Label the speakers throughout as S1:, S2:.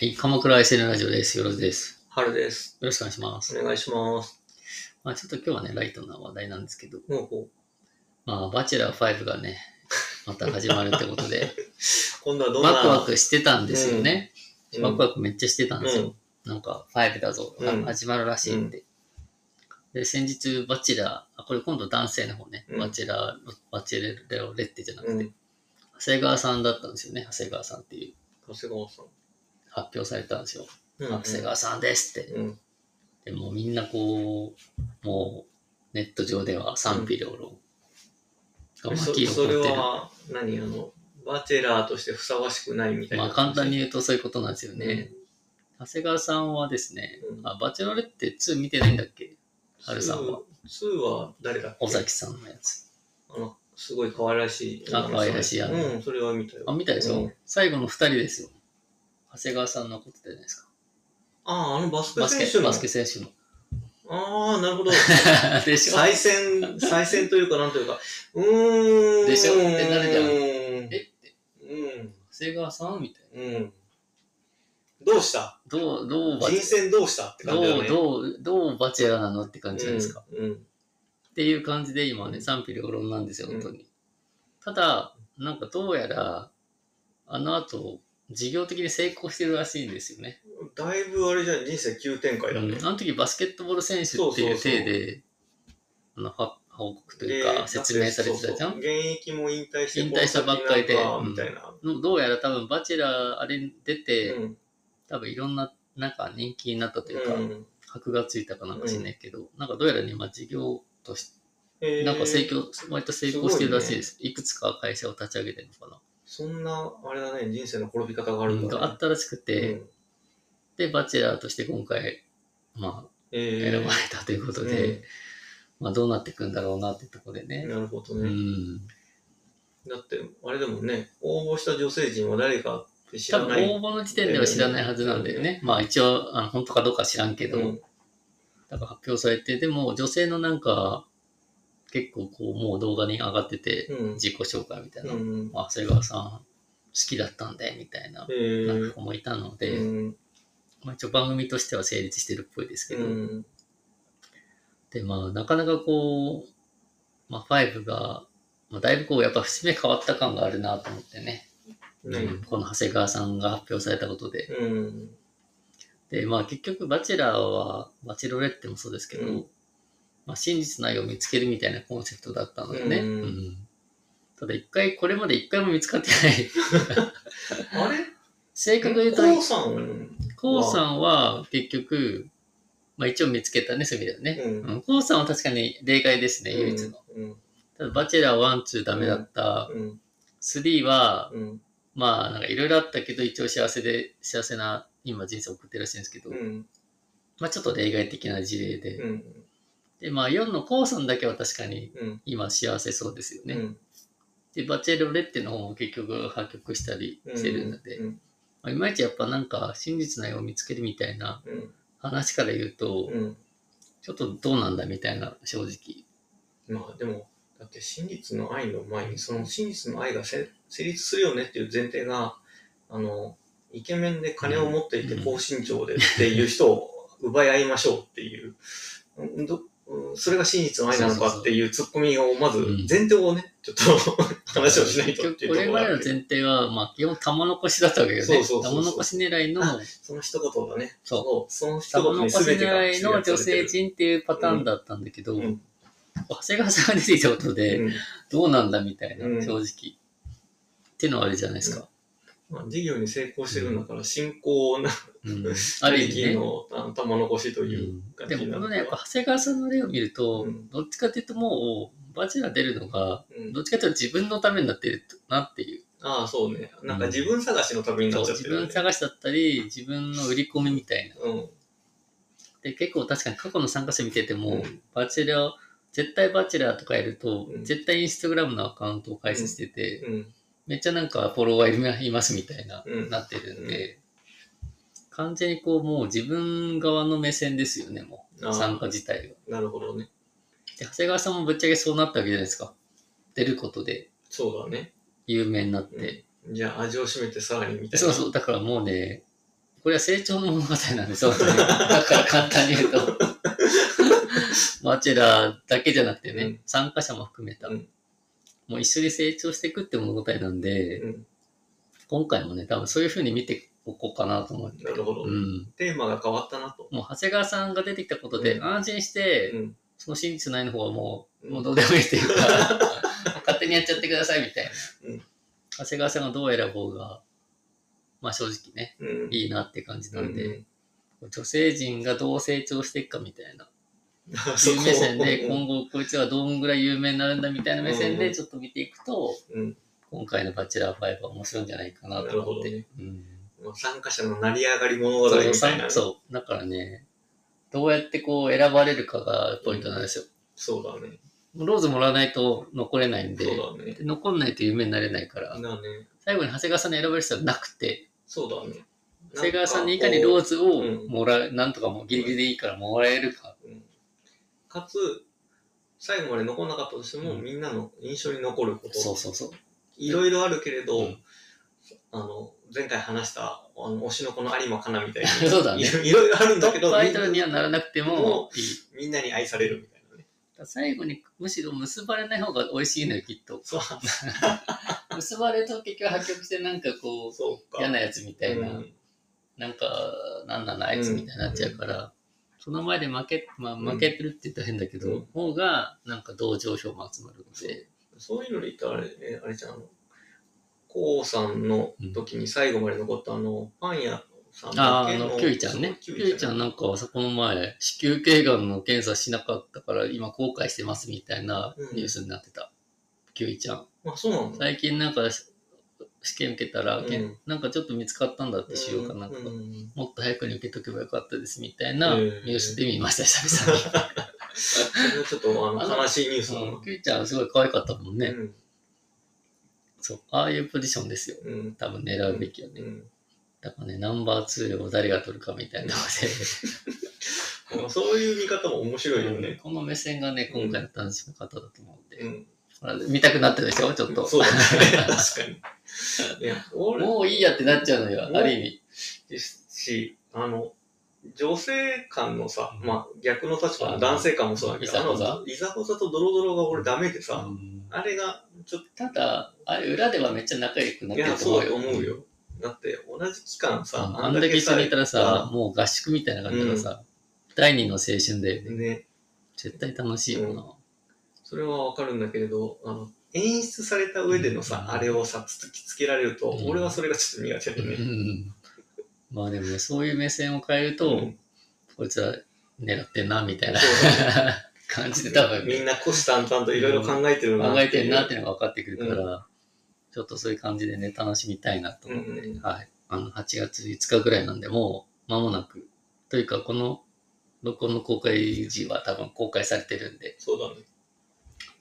S1: はい、鎌倉 SN ラジオです。よろずです。
S2: 春です。
S1: よろしくお願いします。
S2: お願いします。
S1: まあ、ちょっと今日はね、ライトな話題なんですけど、
S2: もうこ
S1: まあ、バチェラー5がね、 また始まるってこと で、
S2: う、今度はどんな。
S1: ワクワクしてたんですよね。
S2: うん
S1: ワクワクめっちゃしてたんですよ。
S2: うん
S1: なんか、5だぞ、
S2: うん
S1: あ始まるらしいって。で、先日、バチェラー、あ、これ今度男性の方ね、
S2: うん
S1: バチェラー、バチェレロレッテじゃなくて、
S2: うん。
S1: 長谷川さんだったんですよね、長谷川さんっていう、
S2: 長谷川さん。
S1: 発表されたんですよ。
S2: うん
S1: 長谷川さんですって。
S2: うん。
S1: でもうみんなこう、もうネット上では賛否両論が巻
S2: そ
S1: き起こ
S2: そ
S1: って
S2: れ
S1: る。
S2: は、何あの、バチェラーとしてふさわしくないみたいな。
S1: まあ簡単に。言うとそういうことなんですよね
S2: ね。。
S1: 長谷川さんはですね、
S2: うん
S1: あバチェロレッテ2見てないんだっけ春さんは。
S2: ツーは誰だっけ
S1: 尾崎さんのやつ。
S2: あの、すごい可愛らしい。
S1: あ可愛らしいあの
S2: うん、それは見たよ。
S1: あ、見たでしょ、
S2: うん
S1: 最後の2人ですよ。長谷川さんのことじゃないですか。
S2: ああ、あのバスケ
S1: バス
S2: 選
S1: ケ、
S2: 手の
S1: バス。ケ選手の。
S2: ああ、な るほど。
S1: でしょ
S2: 再戦、再戦というか、なんというか、うーん。
S1: でしょってなるじゃん
S2: うん。
S1: えって、
S2: うん。
S1: 長谷川さんみたいな。
S2: うん。どうした
S1: どう、どうバチ
S2: 人選どうしたって感じだ
S1: ど
S2: よ
S1: う、
S2: ね。
S1: どう、どうバチェラーなのって感じじゃないですか。
S2: うん。
S1: っていう感じで今ね賛否両論なんですよ本当に、ただなんかどうやらあの後事業的に成功してるらしいんですよね、
S2: うんだいぶあれじゃん、人生急展開
S1: う
S2: だ
S1: ん
S2: ね。
S1: あの時バスケットボール選手っていう体であのは報告という
S2: で
S1: か説明されてたじゃ
S2: そ
S1: ん
S2: うそう現役も引退して、
S1: 引退したばっかりで
S2: この先なんかみたいな。
S1: のどうやら多分バチェラーあれに出て、
S2: うん。
S1: 多分いろんななんか人気になったというか、
S2: うん
S1: 箔がついたかなんかしないけど、なんかどうやらね今事業として
S2: へー
S1: なんか成功、割と成功してるらしいですいくつか会社を立ち上げてるのかな
S2: そんな、あれだね、人生の転び方があるんだ、
S1: があ
S2: ね。
S1: ったらしくて、
S2: うん
S1: で、バチェラーとして今回、まあ、
S2: えー
S1: 選ばれたということで、まあ、どうなっていくんだろうなってとこで
S2: うん
S1: ね。
S2: なるほど
S1: う
S2: ね。
S1: ん。
S2: だって、あれでもね、応募した女性陣は誰かって知
S1: 多
S2: らない。
S1: 分、応募の時点では知らないはずなんだよね。まあ、一応、あの本当かどうか知らんけど、
S2: うん
S1: だから発表されて、でも、女性のなんか、結構こう、もう動画に上がってて、
S2: うん。
S1: 自己紹介みたいな。
S2: うん。
S1: まあ、長谷川さん、好きだったんで、みたいな
S2: え、
S1: なん
S2: ー
S1: か子もいたので、
S2: うん
S1: まあ、一応番組としては成立してるっぽいですけど、
S2: うん。
S1: で、まあ、なかなかこう、まあ、5が、まあ、だいぶこう、やっぱ節目変わった感があるなと思ってね。
S2: ね
S1: うんこの長谷川さんが発表されたことで。
S2: うん。
S1: で、まあ、結局、バチェラーは、バチェロレッテもそうですけど、
S2: うん
S1: まあ、真実の愛を見つけるみたいなコンセプトだったのでね。
S2: うん
S1: ただ、一回、これまで一回も見つかってない。
S2: あれ
S1: 正確に言うと、
S2: コウさん、
S1: コウさんは、結局、まあ、一応見つけたね、そういう意味ではね。
S2: うん
S1: うん、コウさんは確かに例外ですね、唯一の。
S2: うん。
S1: ただ、バチェラー1、2ダメだった。
S2: うん。
S1: 3は、
S2: うん。
S1: まあ、なんかいろいろあったけど、一応幸せで、幸せな今人生を送ってるらしいんですけど、
S2: うん。
S1: まあちょっと例外的な事例で。
S2: うん。
S1: で、まあ4のコウさんだけは確かに
S2: うん。
S1: 今幸せそうですよね。
S2: うん。
S1: で、バチェロレッテの方も結局破局したりしてるので、
S2: うん。
S1: まあ、いまいちやっぱなんか真実の絵を見つけるみたいな
S2: うん。
S1: 話から言うと、
S2: うん。
S1: ちょっとどうなんだみたいな、正直。
S2: まあでも、だって真実の愛の前に、その真実の愛がせ成立するよねっていう前提が、あの、イケメンで金を持っていて
S1: うん
S2: 高身長でっていう人を奪い合いましょうっていう、うんどうんそれが真実の愛なのかっていうツッコミをまず
S1: うん
S2: 前提をね、ちょっと話をしないとっていう
S1: こと
S2: こ
S1: れ
S2: ろ
S1: ま
S2: が
S1: での
S2: あっ
S1: 前
S2: て、
S1: 提は、まあ基本玉残しだったわけよね。
S2: そうそうそうそう
S1: 玉残し狙いの、
S2: その一言だね。
S1: そう。
S2: その一
S1: サボ
S2: 言
S1: ノ
S2: に
S1: コシ
S2: 全てが
S1: 狙いの女性陣っていうパターンだったんだけど、
S2: うん
S1: 長谷川さんが出てきたことで、
S2: うん
S1: どうなんだみたいな、
S2: うん
S1: 正直。ってのはあれじゃないですか。
S2: まあ、事業に成功してるんだから、信仰な
S1: うん
S2: うん
S1: ある
S2: り
S1: 意
S2: き
S1: 味ね。
S2: のあの玉残しという。
S1: うんでもこのね、やっぱ長谷川さんの例を見ると、
S2: うん
S1: どっちかっていうともう、バチェラー出るのが、
S2: うん
S1: どっちかっていうと自分のためになってるなっていう。
S2: ああ、そうね。なんか自分探しの旅にな
S1: そう
S2: っちゃって
S1: 自
S2: る、
S1: 分
S2: ね。
S1: 探しだったり、自分の売り込みみたいな。
S2: うん。
S1: で、結構確かに過去の参加者見てても、
S2: うん
S1: バチェラー、絶対バチェラーとかやると、
S2: うん
S1: 絶対インスタグラムのアカウントを開設してて、
S2: うん。
S1: めっちゃなんかフォロワーがいますみたいな、
S2: うん
S1: なってるんで、完全にこうもう自分側の目線ですよね、もう。
S2: あ
S1: 参
S2: あ、
S1: 加自体が。
S2: なるほどね。
S1: で、長谷川さんもぶっちゃけそうなったわけじゃないですか。出ることで
S2: そうだね。
S1: 有名になって。
S2: じゃあ味を占めてさらにみたい
S1: そ
S2: な。
S1: うそう、だからもうね、これは成長の物語なんですよ、本当にだから簡単に言うと。 マチェラだけじゃなくてね、
S2: うん
S1: 参加者も含めた、
S2: うん
S1: もう一緒に成長していくって物語なんで、
S2: うん
S1: 今回もね、多分そういう風に見ておこうかなと思って。
S2: なるほど、
S1: うん
S2: テーマが変わったなと。
S1: もう長谷川さんが出てきたことで
S2: うん
S1: 安心して、
S2: うん
S1: その真実ないの方はもう、
S2: うん
S1: もうどうでもいいっていうか、勝手にやっちゃってくださいみたいな。
S2: うん
S1: 長谷川さんがどう選ぼうが、まあ正直ね、
S2: うん。
S1: いいなって感じなん
S2: う
S1: で、
S2: ん
S1: 女性陣がどう成長していくかみたいな、
S2: そ
S1: 有
S2: こ
S1: 名線で
S2: う
S1: 今
S2: ん
S1: 後こいつはどんぐらい有名になるんだみたいな目線
S2: う
S1: で
S2: ん
S1: ちょっと見ていくと、
S2: うん
S1: 今回の「バチェラー5」は面白いんじゃないかなと思っ
S2: な
S1: て。うん
S2: まあ参加者の成り上がり物語
S1: そう
S2: みたいな。
S1: そうだからね、どうやってこう選ばれるかがポイントなんですよ。
S2: そうだね。
S1: ローズもらわないと残れないんで、
S2: そうだね。
S1: で残んないと有名になれないから、
S2: だね。
S1: 最後に長谷川さんに選ばれてたらなくて、
S2: そうだね。
S1: 長谷川さんにいかにロー
S2: ズ。
S1: ズを
S2: うん
S1: もらう、なんとかもうギリギリでいいからもらえるか。
S2: うんかつ、最後まで残らなかったとしても、
S1: うん
S2: みんなの印象に残ること。
S1: そうそうそう。
S2: いろいろあるけれど、
S1: うん
S2: あの、前回話した、あの、推しの子の有馬かなみたいに。
S1: そうだね
S2: いろいろいろあるん
S1: ト
S2: だけ
S1: ッ
S2: ど、
S1: プアイドルにはならなくても
S2: も
S1: いい。
S2: みんなに愛されるみたいなね。
S1: だから最後にむしろ結ばれない方が美味しいのよ、きっと。
S2: そう、
S1: 結ばれると結局破局してなんかこう、
S2: そうか。
S1: 嫌なやつみたいな。
S2: うん
S1: なんか、なんなのあいつみたいになっちゃうから、その前で負け、まあ、
S2: うん
S1: 負けてるって言ったら変だけど、
S2: うん
S1: 方が、なんか同情票も集まるので、
S2: そういうので言ったらあれ、ね、あれじゃん、あの、こうさんの時に最後まで残った、あの、パン屋さん
S1: あー
S2: 件
S1: あの、キュウイちゃんね。キ
S2: そう
S1: ュウイちゃんなんか、そこの前、子宮頸がんの検査しなかったから、今後悔してますみたいな
S2: うん
S1: ニュースになってた。キュウイちゃん。
S2: あ、そうなんだ。
S1: 最近なんか、し試験受けたら、けん
S2: うん
S1: なんかちょっと見つかったんだってしようかなんか、
S2: うんうん
S1: もっと早くに受けとけばよかったですみたいな
S2: へ
S1: ニ
S2: ー
S1: ュースで見ました、久々に。
S2: それはちょっとあ
S1: あ
S2: の
S1: の
S2: 悲しいニュースだな
S1: うん、キュイちゃんすごい可愛かったもんね。
S2: うん
S1: そう、ああいうポジションですよ。
S2: うん
S1: 多分狙うべきよね。
S2: うん
S1: だからね、ナンバー2を誰が取るかみたいなの
S2: まあそういう見方も面白いよ
S1: で、
S2: ね。
S1: この目線がね、今回の楽しみ方だと思うんで、
S2: うん
S1: ほら見たくなったでしょ、ちょっと。
S2: そうだ ね。確かに。いや、俺
S1: もういいやってなっちゃうのよ、
S2: うん
S1: ある意味。
S2: ですし、あの、女性間のさ、
S1: うん
S2: まあ逆の立場
S1: あ
S2: の
S1: ー
S2: 男性間もそうだけど、
S1: いざこざ
S2: あのいざこざとドロドロが俺ダメでさ、
S1: うん
S2: あれがちょった
S1: だ、あれ裏ではめっちゃ仲良くなっ
S2: と、い
S1: て
S2: や、
S1: ると
S2: そう
S1: 思うよ。
S2: だと思うよ。だって同じ期間
S1: うん
S2: さ、
S1: あんだけ一緒にいたらさ
S2: あ、
S1: もう合宿みたいな感じだからさ、第二の青春で
S2: ね、
S1: 絶対楽しいよな。
S2: それはわかるんだけれど、あの、演出された上でのさ、
S1: うん
S2: あれをさ、突きつけられると、
S1: うん
S2: 俺はそれがちょっと苦手で
S1: う
S2: ね。
S1: んまあでもね、そういう目線を変えると、
S2: うん
S1: こいつら狙ってんな、みたいな
S2: そう
S1: 感じで多分
S2: みんな虎視眈々といろいろ考えてるな
S1: 考えて
S2: る
S1: んなっていうのが分かってくるから、ちょっとそういう感じでね、楽しみたいなと
S2: う
S1: 思って、
S2: ん
S1: はい。あの、8月5日ぐらいなんで、もう間もなく、というか、この録音の公開時は多分公開されてるんで、
S2: そうだね。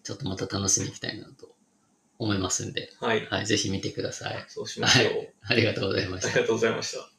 S1: ちょっとまた楽しみにいきたいなと思いますんで、
S2: はい。
S1: はい、ぜひ見てください。
S2: そうしましょう。
S1: ありがとうございま
S2: あ
S1: し
S2: り
S1: た
S2: が。とうございました。